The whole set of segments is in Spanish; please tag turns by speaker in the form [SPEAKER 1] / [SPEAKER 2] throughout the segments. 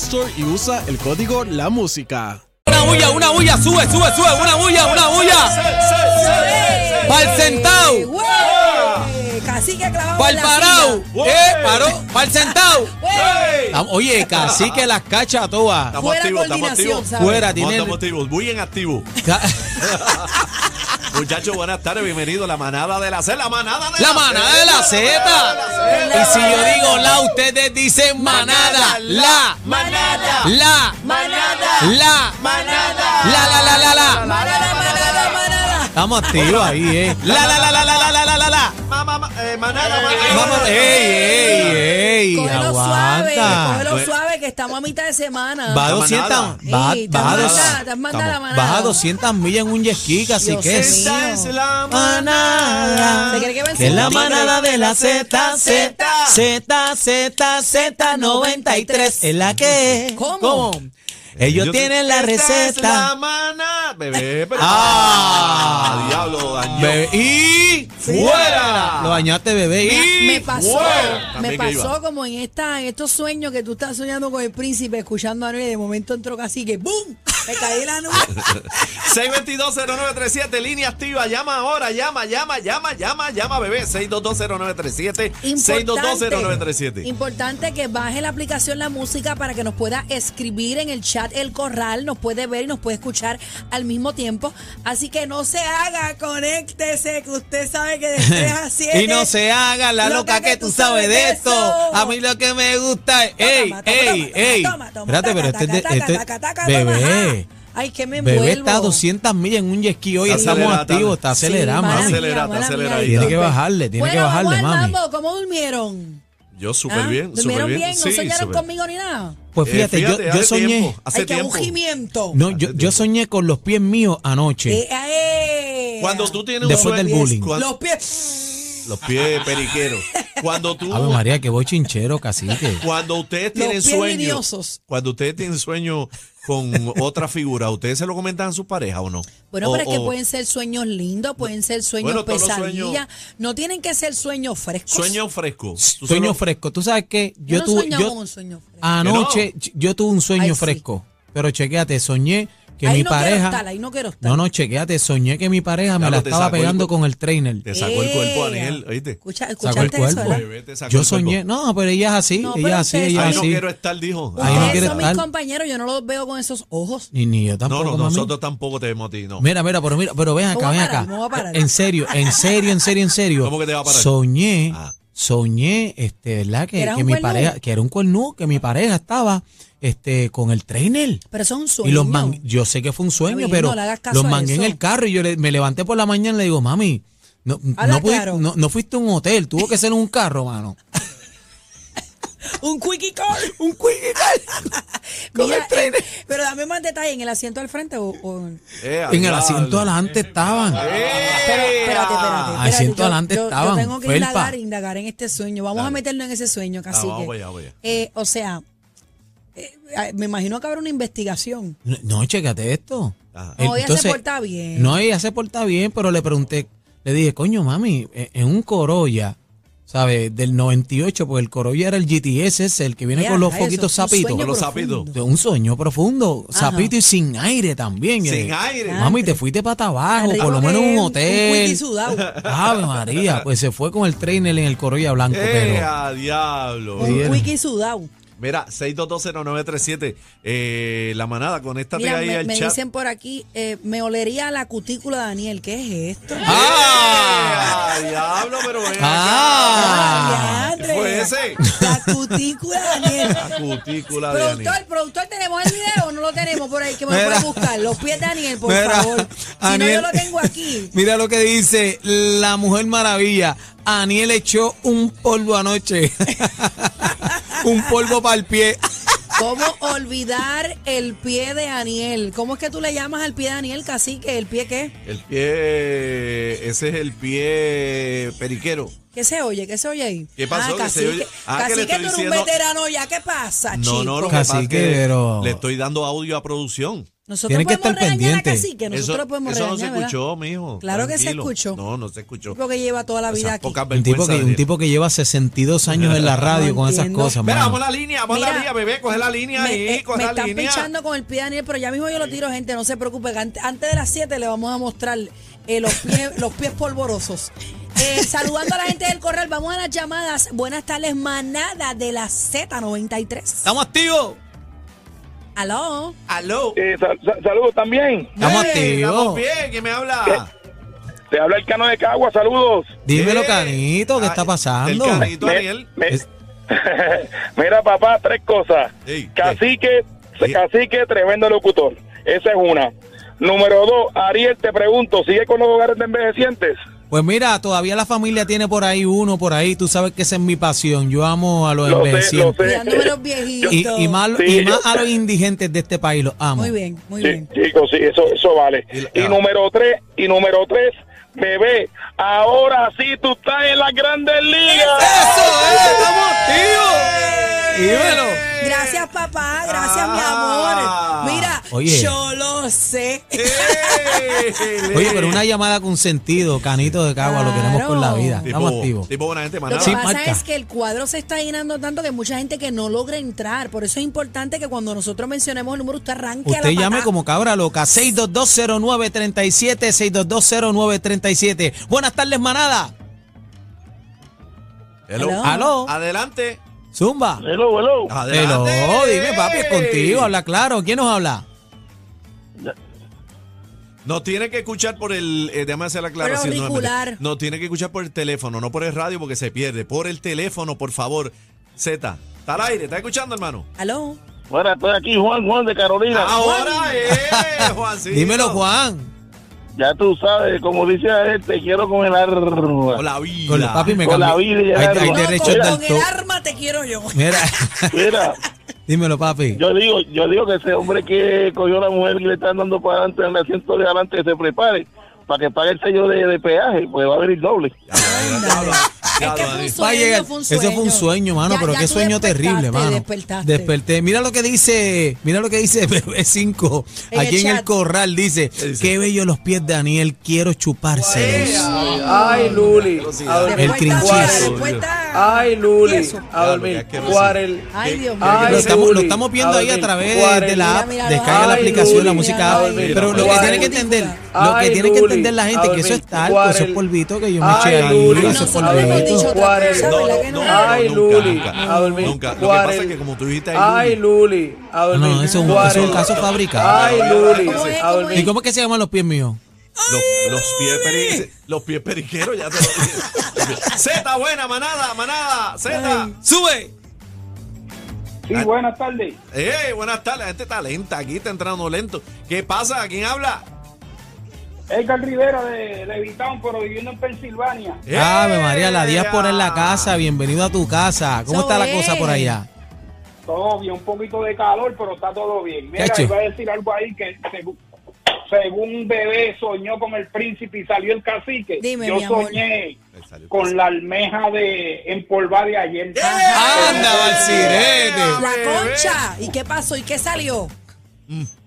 [SPEAKER 1] Store y usa el código La Música.
[SPEAKER 2] Una bulla, una bulla, sube, sube, sube, una bulla, una bulla. Pa'l centau,
[SPEAKER 3] ¡Wey! Cacique clavado en
[SPEAKER 2] pa'l
[SPEAKER 3] la
[SPEAKER 2] parao,
[SPEAKER 3] silla.
[SPEAKER 2] eh, paró, pa'l centau.
[SPEAKER 3] ¡Wey!
[SPEAKER 2] Tam- Ah, Oye, cacique las cachas todas.
[SPEAKER 4] Estamos
[SPEAKER 3] Fuera
[SPEAKER 4] activos, estamos
[SPEAKER 3] coordinación,
[SPEAKER 4] activos.
[SPEAKER 3] ¿sabes?
[SPEAKER 2] Fuera,
[SPEAKER 4] No,
[SPEAKER 2] tiene
[SPEAKER 4] estamos
[SPEAKER 2] el-
[SPEAKER 4] activos, muy en activo.
[SPEAKER 2] ca-
[SPEAKER 4] Muchachos, buenas tardes, bienvenidos a la manada de la Z, la manada de
[SPEAKER 2] la manada de la
[SPEAKER 4] Z.
[SPEAKER 2] Z. Y si yo digo la, ustedes dicen manada, la,
[SPEAKER 4] manada,
[SPEAKER 2] la,
[SPEAKER 3] Manada.
[SPEAKER 2] la,
[SPEAKER 4] manada.
[SPEAKER 2] la, la, la, la, la.
[SPEAKER 3] Manada, manada, manada.
[SPEAKER 2] Estamos activos ahí, eh. La, la, la, la, la, la, la, la, la, la.
[SPEAKER 4] Ma- ma- ma- eh, manada, manada.
[SPEAKER 2] Vamos, ey, ey, ey,
[SPEAKER 3] Cógelo suave,
[SPEAKER 2] aguanta.
[SPEAKER 4] Pues-
[SPEAKER 3] cógelo suave que estamos a mitad de semana.
[SPEAKER 2] Va a
[SPEAKER 4] La
[SPEAKER 2] 200,
[SPEAKER 4] manada.
[SPEAKER 2] va,
[SPEAKER 3] Ah. Ey,
[SPEAKER 2] va a
[SPEAKER 3] estás
[SPEAKER 2] dos-
[SPEAKER 3] mandada, estás mandada,
[SPEAKER 2] estamos-
[SPEAKER 3] manada.
[SPEAKER 2] va a 200 millas en un jet ski, así
[SPEAKER 3] Dios
[SPEAKER 2] que es
[SPEAKER 3] mío.
[SPEAKER 4] Esta es la
[SPEAKER 2] manada.
[SPEAKER 3] ¿Se cree que va en
[SPEAKER 2] es la
[SPEAKER 3] segundo?
[SPEAKER 2] manada de la Z, Z, Z, Z, Z, 93. Es la que es.
[SPEAKER 3] ¿Cómo?
[SPEAKER 2] Ellos
[SPEAKER 4] Yo-
[SPEAKER 2] tienen la
[SPEAKER 4] Esta es la
[SPEAKER 2] receta.
[SPEAKER 4] manada. Bebé, pero.
[SPEAKER 2] Ah.
[SPEAKER 4] diablo, dañó.
[SPEAKER 2] Bebé, y fuera. Lo dañaste, bebé. Y
[SPEAKER 3] Me pasó,
[SPEAKER 4] Fuera.
[SPEAKER 3] me
[SPEAKER 4] También que iba.
[SPEAKER 3] pasó como en esta, en estos sueños que tú estás soñando con el príncipe, escuchando a Noel, y de momento entró cacique, ¡boom! Me caí en la nube.
[SPEAKER 4] 6220937, línea activa, llama ahora, llama, llama, llama, llama, llama, bebé. 6220937,
[SPEAKER 3] Importante,
[SPEAKER 4] 6220937.
[SPEAKER 3] importante que baje la aplicación La Música para que nos pueda escribir en el chat El Corral, nos puede ver y nos puede escuchar al mismo tiempo. Así que no se haga, conéctese, que usted sabe que de 3 a 7.
[SPEAKER 2] Y no se haga la loca, que tú sabes de esto. A mí lo que me gusta es. ¡Ey,
[SPEAKER 3] Toma, toma,
[SPEAKER 2] ey,
[SPEAKER 3] toma,
[SPEAKER 2] ey!
[SPEAKER 3] toma, toma,
[SPEAKER 2] Espérate,
[SPEAKER 3] taca,
[SPEAKER 2] pero este es de.
[SPEAKER 3] taca,
[SPEAKER 2] este-
[SPEAKER 3] taca, taca, taca, toma,
[SPEAKER 2] Bebé.
[SPEAKER 3] ajá. Ay, que me envuelvo.
[SPEAKER 2] Bebé está a 200 millas en un jet ski hoy.
[SPEAKER 4] Está
[SPEAKER 2] Estamos
[SPEAKER 4] acelerada,
[SPEAKER 2] activos, está
[SPEAKER 3] Sí,
[SPEAKER 2] acelerada,
[SPEAKER 3] mala
[SPEAKER 2] mami.
[SPEAKER 3] mía,
[SPEAKER 4] Acelera,
[SPEAKER 3] mala mía,
[SPEAKER 4] acelera ahí.
[SPEAKER 2] Tiene que
[SPEAKER 3] disculpe.
[SPEAKER 2] bajarle, tiene
[SPEAKER 3] bueno,
[SPEAKER 2] que
[SPEAKER 3] vamos
[SPEAKER 2] bajarle,
[SPEAKER 3] al
[SPEAKER 2] mami.
[SPEAKER 3] mambo, ¿cómo durmieron?
[SPEAKER 4] Yo súper
[SPEAKER 3] ¿Ah?
[SPEAKER 4] bien, súper
[SPEAKER 3] ¿Durmieron
[SPEAKER 4] bien.
[SPEAKER 3] bien? ¿No
[SPEAKER 4] Sí,
[SPEAKER 3] soñaron
[SPEAKER 4] súper.
[SPEAKER 3] conmigo ni nada?
[SPEAKER 2] Pues
[SPEAKER 4] Eh,
[SPEAKER 2] fíjate, yo, yo
[SPEAKER 4] hace
[SPEAKER 2] soñé.
[SPEAKER 4] tiempo, hace
[SPEAKER 3] Ay, que
[SPEAKER 4] tiempo.
[SPEAKER 3] agujimiento.
[SPEAKER 2] No, yo, yo soñé con los pies míos
[SPEAKER 3] Eh,
[SPEAKER 2] anoche.
[SPEAKER 3] eh.
[SPEAKER 4] Cuando tú tienes
[SPEAKER 2] Después
[SPEAKER 4] un sueño,
[SPEAKER 2] del bullying.
[SPEAKER 4] cuan-
[SPEAKER 3] Los pies.
[SPEAKER 4] los pies periqueros. Cuando tú,
[SPEAKER 2] Ave María, que voy chinchero, cacique.
[SPEAKER 4] cuando ustedes tienen
[SPEAKER 3] Los pies
[SPEAKER 4] sueño,
[SPEAKER 3] liniosos.
[SPEAKER 4] cuando ustedes tienen sueño con otra figura, ustedes se lo comentan a su pareja o no.
[SPEAKER 3] Bueno,
[SPEAKER 4] O-
[SPEAKER 3] pero es que
[SPEAKER 4] o
[SPEAKER 3] pueden ser sueños lindos, pueden ser sueños
[SPEAKER 4] Oh, Bueno, todos los
[SPEAKER 3] pesadillas. No tienen que ser sueños frescos.
[SPEAKER 4] sueño fresco. Tú se
[SPEAKER 2] Sueño
[SPEAKER 4] lo-
[SPEAKER 2] fresco. ¿Tú sabes qué?
[SPEAKER 3] yo,
[SPEAKER 2] Yo
[SPEAKER 3] no
[SPEAKER 2] tuve.
[SPEAKER 3] soñaba
[SPEAKER 2] yo- Ah,
[SPEAKER 3] con un sueño fresco.
[SPEAKER 2] Anoche ch- yo tuve un sueño
[SPEAKER 3] Ay, sí.
[SPEAKER 2] fresco. Pero chequéate, soñé que
[SPEAKER 3] ahí
[SPEAKER 2] mi
[SPEAKER 3] no quiero
[SPEAKER 2] pareja.
[SPEAKER 3] estar, ahí no quiero estar.
[SPEAKER 2] No, no, chequéate, soñé que mi pareja me
[SPEAKER 4] Claro,
[SPEAKER 2] la
[SPEAKER 4] te
[SPEAKER 2] estaba
[SPEAKER 4] sacó el
[SPEAKER 2] pegando
[SPEAKER 4] cu-
[SPEAKER 2] con el trainer.
[SPEAKER 4] Te sacó el
[SPEAKER 3] Eh,
[SPEAKER 4] cuerpo, Aniel, ¿oíste?
[SPEAKER 3] Escucha,
[SPEAKER 2] Sacó el
[SPEAKER 3] escuchaste eso,
[SPEAKER 2] cuerpo. eh.
[SPEAKER 3] ¿verdad?
[SPEAKER 4] Bebé, te sacó
[SPEAKER 2] Yo
[SPEAKER 4] el cuerpo.
[SPEAKER 2] soñé, no, pero ella es así,
[SPEAKER 3] No, pero
[SPEAKER 2] ella es así,
[SPEAKER 3] ustedes
[SPEAKER 2] ella
[SPEAKER 4] Ahí
[SPEAKER 2] es
[SPEAKER 4] no
[SPEAKER 2] así.
[SPEAKER 4] quiero estar, dijo.
[SPEAKER 2] Ahí no
[SPEAKER 3] Ustedes
[SPEAKER 2] quiero
[SPEAKER 3] son mis
[SPEAKER 2] estar.
[SPEAKER 3] compañeros, yo no los veo con esos ojos.
[SPEAKER 2] Ni, ni yo
[SPEAKER 4] No,
[SPEAKER 2] tampoco,
[SPEAKER 4] no,
[SPEAKER 2] mami.
[SPEAKER 4] nosotros tampoco te vemos a ti, no.
[SPEAKER 2] Mira, mira, pero mira, pero ven
[SPEAKER 3] voy
[SPEAKER 2] acá,
[SPEAKER 3] a
[SPEAKER 2] ven
[SPEAKER 3] parar,
[SPEAKER 2] acá.
[SPEAKER 3] no voy a parar.
[SPEAKER 2] En serio, en serio, en serio, en serio.
[SPEAKER 4] ¿Cómo que te va a parar?
[SPEAKER 2] Soñé,
[SPEAKER 4] Ah.
[SPEAKER 2] soñé, este, ¿verdad? Que,
[SPEAKER 3] ¿Era
[SPEAKER 2] que
[SPEAKER 3] un
[SPEAKER 2] mi
[SPEAKER 3] cuernú?
[SPEAKER 2] pareja, que era un cuernú, que mi pareja estaba este, con el trainer.
[SPEAKER 3] Pero son sueños.
[SPEAKER 2] Y los man- yo sé que fue un sueño,
[SPEAKER 3] David,
[SPEAKER 2] pero
[SPEAKER 3] no le hagas caso
[SPEAKER 2] los
[SPEAKER 3] a
[SPEAKER 2] mangué en
[SPEAKER 3] eso.
[SPEAKER 2] el carro y yo le- me levanté por la mañana y le digo, mami, no,
[SPEAKER 3] Habla
[SPEAKER 2] no, pudi-
[SPEAKER 3] claro.
[SPEAKER 2] no- no fuiste a un hotel, tuvo que ser en un carro, mano.
[SPEAKER 3] Un quickie call.
[SPEAKER 2] un quickie Con el
[SPEAKER 3] Mira,
[SPEAKER 2] tren.
[SPEAKER 3] eh, pero dame más detalle en el asiento al frente o, o-
[SPEAKER 4] Eh,
[SPEAKER 2] En el
[SPEAKER 4] diablo. Eh,
[SPEAKER 2] asiento adelante estaban. Eh,
[SPEAKER 3] Pero,
[SPEAKER 2] ah,
[SPEAKER 3] espérate, espérate, espérate.
[SPEAKER 2] Asiento
[SPEAKER 3] Yo-
[SPEAKER 2] adelante
[SPEAKER 3] yo, yo
[SPEAKER 2] estaban,
[SPEAKER 3] tengo que
[SPEAKER 2] felpa. Ah,
[SPEAKER 3] indagar, indagar en este sueño. Vamos a
[SPEAKER 4] Dale.
[SPEAKER 3] meternos en ese sueño, casi
[SPEAKER 4] vamos para allá, vamos para allá.
[SPEAKER 3] o sea, eh, eh, me imagino que habrá una investigación.
[SPEAKER 2] No, No, chécate esto.
[SPEAKER 4] Ajá.
[SPEAKER 3] No, ella se porta bien.
[SPEAKER 2] No, ella se porta bien, pero le pregunté, le dije, coño, mami, e- en un Corolla ¿sabes? Del 98, porque el Corolla era el GTS, ese, el que viene
[SPEAKER 3] Ea,
[SPEAKER 2] con los
[SPEAKER 3] eso,
[SPEAKER 2] foquitos
[SPEAKER 3] un
[SPEAKER 2] zapitos.
[SPEAKER 3] sueño
[SPEAKER 4] Con los
[SPEAKER 3] profundo.
[SPEAKER 4] zapitos.
[SPEAKER 2] De un sueño profundo,
[SPEAKER 3] Ajá.
[SPEAKER 2] zapito y sin aire también. yo
[SPEAKER 4] Sin
[SPEAKER 2] dije,
[SPEAKER 4] aire.
[SPEAKER 3] Ah.
[SPEAKER 2] Mami, te fuiste para abajo,
[SPEAKER 3] Rico
[SPEAKER 2] Ah, por lo
[SPEAKER 3] que
[SPEAKER 2] menos un
[SPEAKER 3] es
[SPEAKER 2] hotel.
[SPEAKER 3] wiki sudado.
[SPEAKER 2] Ave María, pues se fue con el trainer en el Corolla Blanco,
[SPEAKER 4] ¡Eh,
[SPEAKER 2] pero
[SPEAKER 4] a diablo!
[SPEAKER 2] Sí,
[SPEAKER 3] Un
[SPEAKER 2] era.
[SPEAKER 3] wiki sudado.
[SPEAKER 4] Mira, 6220937, eh, la manada, conéctate
[SPEAKER 3] Mira,
[SPEAKER 4] ahí
[SPEAKER 3] me,
[SPEAKER 4] al
[SPEAKER 3] me
[SPEAKER 4] chat.
[SPEAKER 3] dicen por aquí, eh, me olería la cutícula de Daniel. ¿Qué es esto?
[SPEAKER 4] ¡Ah! diablo, pero ven
[SPEAKER 2] Ah.
[SPEAKER 4] acá! ¿Qué fue ese?
[SPEAKER 3] La cutícula de Daniel.
[SPEAKER 4] La cutícula de Aní.
[SPEAKER 3] Productor, productor, ¿tenemos el video o no lo tenemos por ahí? Que me lo
[SPEAKER 2] Mira.
[SPEAKER 3] puede buscar. Los pies de Daniel, por
[SPEAKER 2] Mira,
[SPEAKER 3] favor. Si no, yo
[SPEAKER 2] Aniel.
[SPEAKER 3] lo tengo aquí.
[SPEAKER 2] mira lo que dice la Mujer Maravilla. Aniel echó un polvo anoche. un polvo para el pie.
[SPEAKER 3] ¿Cómo olvidar el pie de Daniel? ¿Cómo es que tú le llamas al pie de Daniel, cacique? ¿El pie qué?
[SPEAKER 4] El pie, ese es el pie periquero.
[SPEAKER 3] ¿Qué se oye? ¿Qué se oye ahí?
[SPEAKER 4] ¿Qué pasó?
[SPEAKER 3] Ah,
[SPEAKER 4] ¿Qué se
[SPEAKER 3] cacique,
[SPEAKER 4] oye? Ah, que le
[SPEAKER 3] cacique,
[SPEAKER 4] estoy
[SPEAKER 3] tú eres
[SPEAKER 4] diciendo-
[SPEAKER 3] un veterano ya. ¿Qué pasa, Ah,
[SPEAKER 4] No,
[SPEAKER 3] chico?
[SPEAKER 4] no, lo que pasa es
[SPEAKER 2] Cacique,
[SPEAKER 4] que
[SPEAKER 2] pero-
[SPEAKER 4] le estoy dando audio a producción.
[SPEAKER 3] Nosotros
[SPEAKER 2] Tienen que
[SPEAKER 3] podemos
[SPEAKER 2] estar
[SPEAKER 3] regañar a
[SPEAKER 2] pendientes.
[SPEAKER 3] cacique.
[SPEAKER 4] Eso,
[SPEAKER 3] Nosotros podemos
[SPEAKER 4] eso no se
[SPEAKER 3] regañar, ¿verdad?
[SPEAKER 4] escuchó, mijo.
[SPEAKER 3] Claro que se escuchó.
[SPEAKER 4] No, no se escuchó.
[SPEAKER 3] Tipo que lleva toda la vida
[SPEAKER 4] Esas
[SPEAKER 3] aquí.
[SPEAKER 4] pocas
[SPEAKER 2] Un tipo, que,
[SPEAKER 4] vergüenzas
[SPEAKER 2] un
[SPEAKER 4] de-
[SPEAKER 2] tipo que lleva 62 años en la radio
[SPEAKER 3] No
[SPEAKER 2] con esas
[SPEAKER 3] entiendo.
[SPEAKER 2] cosas,
[SPEAKER 4] Mira,
[SPEAKER 2] mano.
[SPEAKER 4] vamos a la línea, vamos a la
[SPEAKER 3] Mira,
[SPEAKER 4] línea, bebé, coge la línea
[SPEAKER 3] Me,
[SPEAKER 4] ahí,
[SPEAKER 3] eh,
[SPEAKER 4] coge
[SPEAKER 3] me
[SPEAKER 4] la
[SPEAKER 3] están
[SPEAKER 4] línea.
[SPEAKER 3] pichando con el pie de Daniel, pero ya mismo yo lo tiro, gente, no se preocupe. que ante- Antes de las 7 le vamos a mostrar eh, los, pies, los pies polvorosos. Eh, saludando a la gente del corral, vamos a las llamadas. Buenas tardes, manada de la Z93.
[SPEAKER 2] Estamos activos.
[SPEAKER 3] Aló.
[SPEAKER 4] Aló.
[SPEAKER 5] Eh, sal- sal- saludos también.
[SPEAKER 2] Estamos
[SPEAKER 4] Ey, Estamos
[SPEAKER 2] activos. Eh,
[SPEAKER 4] bien, ¿quién me habla?
[SPEAKER 5] Te habla el Cano de Cagua, saludos.
[SPEAKER 2] Dímelo,
[SPEAKER 4] Eh,
[SPEAKER 2] Canito, ¿qué
[SPEAKER 4] ay,
[SPEAKER 2] está pasando?
[SPEAKER 4] El canito,
[SPEAKER 5] Me-
[SPEAKER 4] Ariel.
[SPEAKER 5] me-
[SPEAKER 2] Es-
[SPEAKER 5] Mira, papá, tres cosas.
[SPEAKER 4] Ey, ¿qué?
[SPEAKER 5] Cacique,
[SPEAKER 4] Sí.
[SPEAKER 5] cacique, tremendo locutor. Esa es una. Número dos, Ariel, te pregunto, ¿sigue con los hogares de envejecientes?
[SPEAKER 2] Pues mira, todavía la familia tiene por ahí uno, por ahí. Tú sabes que esa es mi pasión. Yo amo a los
[SPEAKER 5] Lo sé, lo
[SPEAKER 2] envejecientes.
[SPEAKER 5] sé.
[SPEAKER 3] Cuidándome los viejitos.
[SPEAKER 2] Y, y más,
[SPEAKER 5] Sí,
[SPEAKER 2] y
[SPEAKER 5] yo-
[SPEAKER 2] más a los indigentes de este país, los amo.
[SPEAKER 3] Muy bien, muy
[SPEAKER 5] Sí,
[SPEAKER 3] bien.
[SPEAKER 5] chicos, sí, eso, eso vale.
[SPEAKER 4] Y la-
[SPEAKER 5] Y número tres, y número tres, bebé, ahora sí tú estás en las grandes ligas.
[SPEAKER 2] ¡Eso es! ¡Eh, ¡Estamos
[SPEAKER 4] Eh,
[SPEAKER 2] activos! Dímelo.
[SPEAKER 3] Gracias, papá. Gracias,
[SPEAKER 4] Ah.
[SPEAKER 3] mi amor. Mira,
[SPEAKER 2] Oye.
[SPEAKER 3] yo lo sé.
[SPEAKER 4] Ey,
[SPEAKER 2] Oye, pero una llamada con sentido, Canito de Cagua, lo queremos con la vida.
[SPEAKER 4] Tipo,
[SPEAKER 2] Estamos activos.
[SPEAKER 4] tipo buena gente,
[SPEAKER 3] Lo
[SPEAKER 4] manada.
[SPEAKER 3] que
[SPEAKER 2] Sí,
[SPEAKER 3] pasa
[SPEAKER 2] marca.
[SPEAKER 3] es que el cuadro se está llenando tanto que mucha gente que no logra entrar. Por eso es importante que cuando nosotros mencionemos el número, usted arranque a la
[SPEAKER 2] Usted llame
[SPEAKER 3] patada.
[SPEAKER 2] como cabra loca. 6220937, 6220937. Buenas tardes, manada.
[SPEAKER 4] Hello.
[SPEAKER 3] Hello.
[SPEAKER 2] Aló.
[SPEAKER 4] Adelante.
[SPEAKER 2] Zumba.
[SPEAKER 5] Hello, hello.
[SPEAKER 4] Ah.
[SPEAKER 2] Hello,
[SPEAKER 4] Adelante.
[SPEAKER 2] dime papi, es contigo, habla claro. ¿Quién nos habla?
[SPEAKER 4] Nos tiene que escuchar por el. eh, déjame hacer la aclaración.
[SPEAKER 3] Por auricular.
[SPEAKER 4] Nos tiene que escuchar por el teléfono, no por el radio porque se pierde. Por el teléfono, por favor. Z, está al aire, ¿está escuchando, hermano?
[SPEAKER 3] Aló.
[SPEAKER 5] Bueno, estoy aquí, Juan, Juan de Carolina.
[SPEAKER 4] Ah, Ahora, eh, Juancito.
[SPEAKER 2] Dímelo, Juan.
[SPEAKER 5] Ya tú sabes, como dice él, te quiero con el arma.
[SPEAKER 4] Con la vida.
[SPEAKER 2] Con los papi me
[SPEAKER 5] Con la
[SPEAKER 2] cambió.
[SPEAKER 5] vida y el
[SPEAKER 2] Hay,
[SPEAKER 5] alma.
[SPEAKER 2] hay
[SPEAKER 5] No,
[SPEAKER 2] derechos
[SPEAKER 3] con,
[SPEAKER 2] de
[SPEAKER 3] con el
[SPEAKER 2] autor.
[SPEAKER 3] arma te quiero yo.
[SPEAKER 2] Mira,
[SPEAKER 5] Mira,
[SPEAKER 2] dímelo, papi.
[SPEAKER 5] yo digo, yo digo que ese hombre que cogió a la mujer y le están dando para adelante en el asiento de adelante que se prepare para que pague el sello de, de peaje, pues va a venir doble.
[SPEAKER 4] Ya, ya, ya, ya,
[SPEAKER 3] Ándale.
[SPEAKER 4] ya,
[SPEAKER 3] Es que
[SPEAKER 4] ya,
[SPEAKER 3] fue un
[SPEAKER 4] ya.
[SPEAKER 2] Va a llegar.
[SPEAKER 3] sueño, fue un sueño.
[SPEAKER 2] Eso fue un sueño, mano,
[SPEAKER 3] Ya-
[SPEAKER 2] pero
[SPEAKER 3] ya
[SPEAKER 2] qué
[SPEAKER 3] tú
[SPEAKER 2] sueño
[SPEAKER 3] despertaste,
[SPEAKER 2] terrible, mano.
[SPEAKER 3] Despertaste.
[SPEAKER 2] Desperté. Mira lo que dice, mira lo que dice Bebé 5
[SPEAKER 3] En el
[SPEAKER 2] aquí en el
[SPEAKER 3] chat.
[SPEAKER 2] corral dice,
[SPEAKER 4] ¿Qué dice?
[SPEAKER 2] "Qué bello los pies de Daniel, quiero chupárselos."
[SPEAKER 6] Ay, Luli, a
[SPEAKER 3] Después
[SPEAKER 2] El
[SPEAKER 6] dormir.
[SPEAKER 3] está-
[SPEAKER 2] crinchizo.
[SPEAKER 3] después está-
[SPEAKER 6] Ay, Luli,
[SPEAKER 3] Tieso.
[SPEAKER 6] a dormir.
[SPEAKER 4] Diablo, qué asqueroso.
[SPEAKER 6] Cuarel.
[SPEAKER 3] Ay, Dios mío.
[SPEAKER 6] Ay,
[SPEAKER 2] Lo estamos, lo
[SPEAKER 6] Juli,
[SPEAKER 2] estamos viendo ahí a
[SPEAKER 6] Adolfo,
[SPEAKER 2] través de,
[SPEAKER 6] Juárez.
[SPEAKER 2] de la app.
[SPEAKER 3] Mira, mira,
[SPEAKER 2] Descarga la
[SPEAKER 6] Adolfo.
[SPEAKER 2] aplicación, la
[SPEAKER 6] Ay,
[SPEAKER 2] música app.
[SPEAKER 6] Adolfo.
[SPEAKER 2] Pero lo que
[SPEAKER 6] Juárez.
[SPEAKER 2] tiene que entender, lo que
[SPEAKER 6] Ay,
[SPEAKER 2] tiene que
[SPEAKER 6] Luli,
[SPEAKER 2] entender la gente, que eso es
[SPEAKER 6] Adolfo.
[SPEAKER 2] talco, eso es
[SPEAKER 6] Juárez.
[SPEAKER 2] polvito que yo me
[SPEAKER 6] Ay,
[SPEAKER 2] eché
[SPEAKER 6] Luli,
[SPEAKER 2] ahí, eso es
[SPEAKER 3] Nosotros le hemos
[SPEAKER 2] polvito.
[SPEAKER 3] dicho otra
[SPEAKER 6] Juárez.
[SPEAKER 3] cosa,
[SPEAKER 4] No,
[SPEAKER 3] ¿verdad
[SPEAKER 4] no,
[SPEAKER 3] que
[SPEAKER 4] no,
[SPEAKER 3] no?
[SPEAKER 6] Ay,
[SPEAKER 4] nunca,
[SPEAKER 6] Luli,
[SPEAKER 4] nunca,
[SPEAKER 6] a dormir.
[SPEAKER 4] nunca. Lo que
[SPEAKER 6] Juárez.
[SPEAKER 4] pasa es que como tú dijiste ahí,
[SPEAKER 6] Ay,
[SPEAKER 4] Luli,
[SPEAKER 6] Luli, a dormir.
[SPEAKER 2] No, no, eso es un-
[SPEAKER 6] Juárez.
[SPEAKER 2] eso es un caso fabricado.
[SPEAKER 6] Ay, Luli,
[SPEAKER 3] ¿Cómo es?
[SPEAKER 6] a
[SPEAKER 3] ¿Cómo
[SPEAKER 2] ¿Y
[SPEAKER 6] dormir.
[SPEAKER 3] es?
[SPEAKER 2] cómo es que se llaman los pies míos?
[SPEAKER 4] los, los pies peri- los pies periqueros ya te lo dije. Z, buena, manada, manada, Z. Ah.
[SPEAKER 2] ¡Sube!
[SPEAKER 5] Sí, buenas tardes.
[SPEAKER 4] Eh, buenas tardes, la gente está lenta aquí, está entrando lento. ¿Qué pasa? ¿Quién habla?
[SPEAKER 5] Edgar Rivera de, de Vitown, pero viviendo en Pensilvania.
[SPEAKER 6] Eh,
[SPEAKER 4] Eh,
[SPEAKER 2] Ave María, la diáspora en la casa, bienvenido a tu casa. ¿Cómo
[SPEAKER 3] Eso
[SPEAKER 2] está la
[SPEAKER 3] es.
[SPEAKER 2] cosa por allá?
[SPEAKER 5] Todo bien, un poquito de calor, pero está todo bien. Mira,
[SPEAKER 2] Cacho.
[SPEAKER 5] iba a decir algo ahí que según, según un bebé soñó con el príncipe y salió el cacique.
[SPEAKER 3] Dime,
[SPEAKER 5] Yo
[SPEAKER 3] mi amor.
[SPEAKER 5] soñé
[SPEAKER 4] Me salió el
[SPEAKER 5] con la almeja de empolvada de ayer.
[SPEAKER 4] Eh,
[SPEAKER 2] ¡Eh! Anda, Balsirete.
[SPEAKER 3] La concha. ¿Y qué pasó? ¿Y qué salió?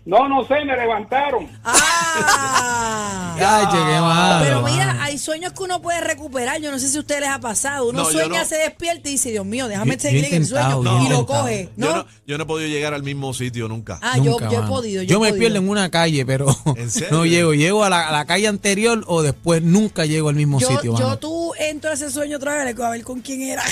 [SPEAKER 7] No, no sé, me levantaron.
[SPEAKER 3] ¡Ah!
[SPEAKER 2] Ay, che, qué malo,
[SPEAKER 3] Pero
[SPEAKER 2] mano.
[SPEAKER 3] mira, ah, hay sueños que uno puede recuperar. Yo no sé si a ustedes les ha pasado. Uno
[SPEAKER 4] No, yo
[SPEAKER 3] sueña,
[SPEAKER 4] no.
[SPEAKER 3] se despierta y dice, Dios mío, déjame
[SPEAKER 2] Yo- yo he
[SPEAKER 3] seguir en el
[SPEAKER 2] intentado,
[SPEAKER 3] sueño.
[SPEAKER 2] yo he
[SPEAKER 3] y lo
[SPEAKER 2] intentado.
[SPEAKER 3] coge,
[SPEAKER 4] Yo,
[SPEAKER 3] ¿no?
[SPEAKER 4] no, yo no he podido llegar al mismo sitio nunca.
[SPEAKER 3] Ah, yo,
[SPEAKER 2] Nunca,
[SPEAKER 3] yo he
[SPEAKER 2] mano.
[SPEAKER 3] podido. Yo,
[SPEAKER 2] Yo
[SPEAKER 3] he
[SPEAKER 2] me
[SPEAKER 3] podido.
[SPEAKER 2] pierdo en una calle, pero
[SPEAKER 4] ¿En serio?
[SPEAKER 2] no llego. Llego a la, a la calle anterior o después nunca llego al mismo
[SPEAKER 3] Yo,
[SPEAKER 2] sitio.
[SPEAKER 3] yo
[SPEAKER 2] mano.
[SPEAKER 3] tú entro a ese sueño otra vez le digo, a ver con quién era.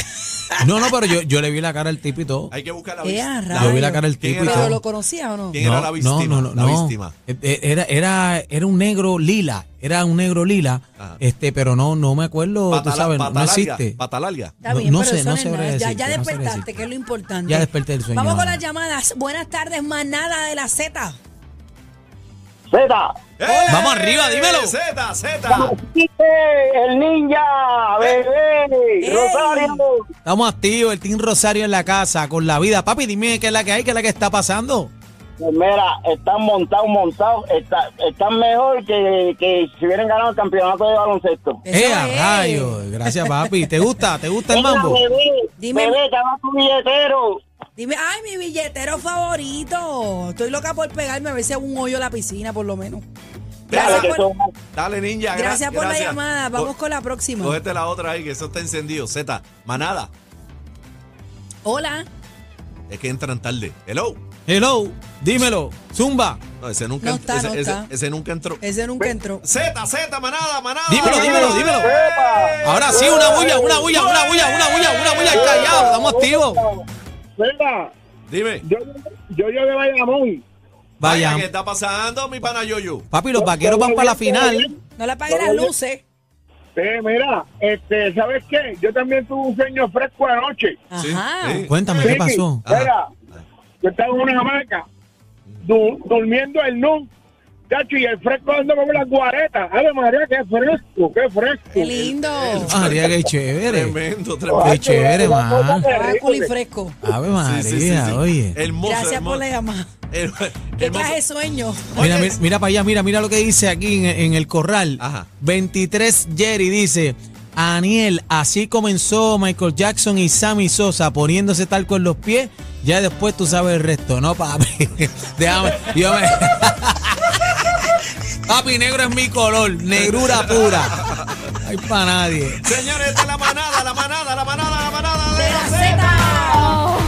[SPEAKER 2] No, no, pero yo, yo le vi la cara al tipo y todo.
[SPEAKER 4] Hay que buscar la
[SPEAKER 3] Eh, a
[SPEAKER 4] víctima.
[SPEAKER 3] rayos.
[SPEAKER 2] Yo vi la cara del
[SPEAKER 4] ¿Quién
[SPEAKER 2] tipo y
[SPEAKER 4] era?
[SPEAKER 3] ¿Pero
[SPEAKER 2] todo.
[SPEAKER 3] lo conocía o no?
[SPEAKER 4] ¿Quién era la víctima? La víctima.
[SPEAKER 2] E- e- Era, era, era un negro lila, era un negro lila,
[SPEAKER 4] Ajá.
[SPEAKER 2] este, pero no, no me acuerdo, tú
[SPEAKER 4] Patala-
[SPEAKER 2] sabes, no- no
[SPEAKER 4] patalarga,
[SPEAKER 2] existe.
[SPEAKER 4] patalarga.
[SPEAKER 3] Está
[SPEAKER 2] No-
[SPEAKER 3] bien,
[SPEAKER 2] no
[SPEAKER 3] pero
[SPEAKER 2] sé,
[SPEAKER 3] eso
[SPEAKER 2] no
[SPEAKER 3] no es
[SPEAKER 2] sabré
[SPEAKER 3] nada. Ya,
[SPEAKER 2] decirte,
[SPEAKER 3] ya
[SPEAKER 2] no sabré
[SPEAKER 3] despertaste,
[SPEAKER 2] decirte.
[SPEAKER 3] que es lo importante.
[SPEAKER 2] Ya desperté del sueño,
[SPEAKER 3] Vamos con
[SPEAKER 2] Ana.
[SPEAKER 3] las llamadas. Buenas tardes, manada de la Z.
[SPEAKER 5] Z,
[SPEAKER 2] Vamos arriba, dímelo.
[SPEAKER 4] Eh, Z, Z.
[SPEAKER 5] el ninja, bebé,
[SPEAKER 3] Ey. Rosario.
[SPEAKER 2] Estamos activos, el Team Rosario en la casa, con la vida. Papi, dime qué es la que hay, qué es la que está pasando.
[SPEAKER 5] Pues Mira, están montados, montados, está- están mejor que, que si hubieran ganado el campeonato de baloncesto.
[SPEAKER 3] Eso
[SPEAKER 2] ¡Eh, a
[SPEAKER 3] es.
[SPEAKER 2] rayos! Gracias, papi. ¿Te gusta? ¿Te gusta el
[SPEAKER 5] Mira,
[SPEAKER 2] mambo?
[SPEAKER 5] bebé,
[SPEAKER 3] Dime.
[SPEAKER 5] bebé, te va tu billetero.
[SPEAKER 3] Dime, ay, mi billetero favorito. Estoy loca por pegarme a ver si hago un hoyo a la piscina, por lo menos.
[SPEAKER 4] Dale,
[SPEAKER 3] Gracias
[SPEAKER 5] Dale, que
[SPEAKER 3] por,
[SPEAKER 5] son-
[SPEAKER 4] Dale, ninja. Ah, gra-
[SPEAKER 3] gracias por la
[SPEAKER 4] gracias.
[SPEAKER 3] llamada. Vamos
[SPEAKER 4] Co-
[SPEAKER 3] con la próxima.
[SPEAKER 4] Cógete la otra ahí, que eso está encendido. Z, manada.
[SPEAKER 3] Hola.
[SPEAKER 4] Es que entran tarde. Hello.
[SPEAKER 2] Hello, dímelo. Zumba.
[SPEAKER 4] No, ese nunca,
[SPEAKER 3] No
[SPEAKER 4] ent-
[SPEAKER 3] está,
[SPEAKER 4] ese,
[SPEAKER 3] no
[SPEAKER 4] ese-
[SPEAKER 3] está. Eh.
[SPEAKER 4] ese nunca entró.
[SPEAKER 3] Ese nunca entró.
[SPEAKER 4] Z, Z, manada, manada.
[SPEAKER 2] Dímelo, dímelo, dímelo. Ahora sí, una bulla, una bulla, una bulla, una bulla, una bulla. Callado, estamos activos.
[SPEAKER 7] Venga,
[SPEAKER 4] Dime.
[SPEAKER 7] yo, yo llegué a Bayamón.
[SPEAKER 4] Vaya,
[SPEAKER 2] Vaya.
[SPEAKER 4] ¿qué está pasando, mi pana Yoyo?
[SPEAKER 2] Papi, los vaqueros van para la final.
[SPEAKER 3] No le apagues las luces.
[SPEAKER 7] Eh, mira, este, ¿sabes qué? Yo también tuve un sueño fresco anoche.
[SPEAKER 4] Sí,
[SPEAKER 3] Ajá.
[SPEAKER 4] sí.
[SPEAKER 2] Cuéntame, ¿qué
[SPEAKER 7] Ricky,
[SPEAKER 2] pasó? Ah.
[SPEAKER 4] Ajá.
[SPEAKER 7] Mira, yo estaba en una hamaca, du- durmiendo el nu, chacho, y el fresco dándome por las guaretas. ¡Ave María, qué fresco, qué
[SPEAKER 3] Qué
[SPEAKER 7] fresco!
[SPEAKER 3] lindo.
[SPEAKER 2] María, qué chévere.
[SPEAKER 4] Tremendo,
[SPEAKER 2] Qué
[SPEAKER 4] tremendo.
[SPEAKER 2] chévere, man.
[SPEAKER 3] Coráculo Ah, y fresco.
[SPEAKER 2] Ave
[SPEAKER 4] Sí, sí, sí, sí. Eh,
[SPEAKER 2] María, oye.
[SPEAKER 4] Hermoso,
[SPEAKER 3] Gracias por
[SPEAKER 4] hermoso.
[SPEAKER 3] la llamada.
[SPEAKER 4] Her-
[SPEAKER 3] ¿Qué
[SPEAKER 4] hermoso.
[SPEAKER 3] clase de sueño?
[SPEAKER 2] Mira,
[SPEAKER 4] Oye,
[SPEAKER 2] mira, mira para allá, mira, mira lo que dice aquí en, en el corral.
[SPEAKER 4] Ajá.
[SPEAKER 2] 23 Jerry dice, Aniel, así comenzó Michael Jackson y Sammy Sosa poniéndose talco en los pies. Ya después tú sabes el resto, ¿no, papi? Déjame, yo me... papi, negro es mi color, negrura pura. Ay, para nadie.
[SPEAKER 4] Señores, esta es la manada, la manada, la manada, la manada de la Z.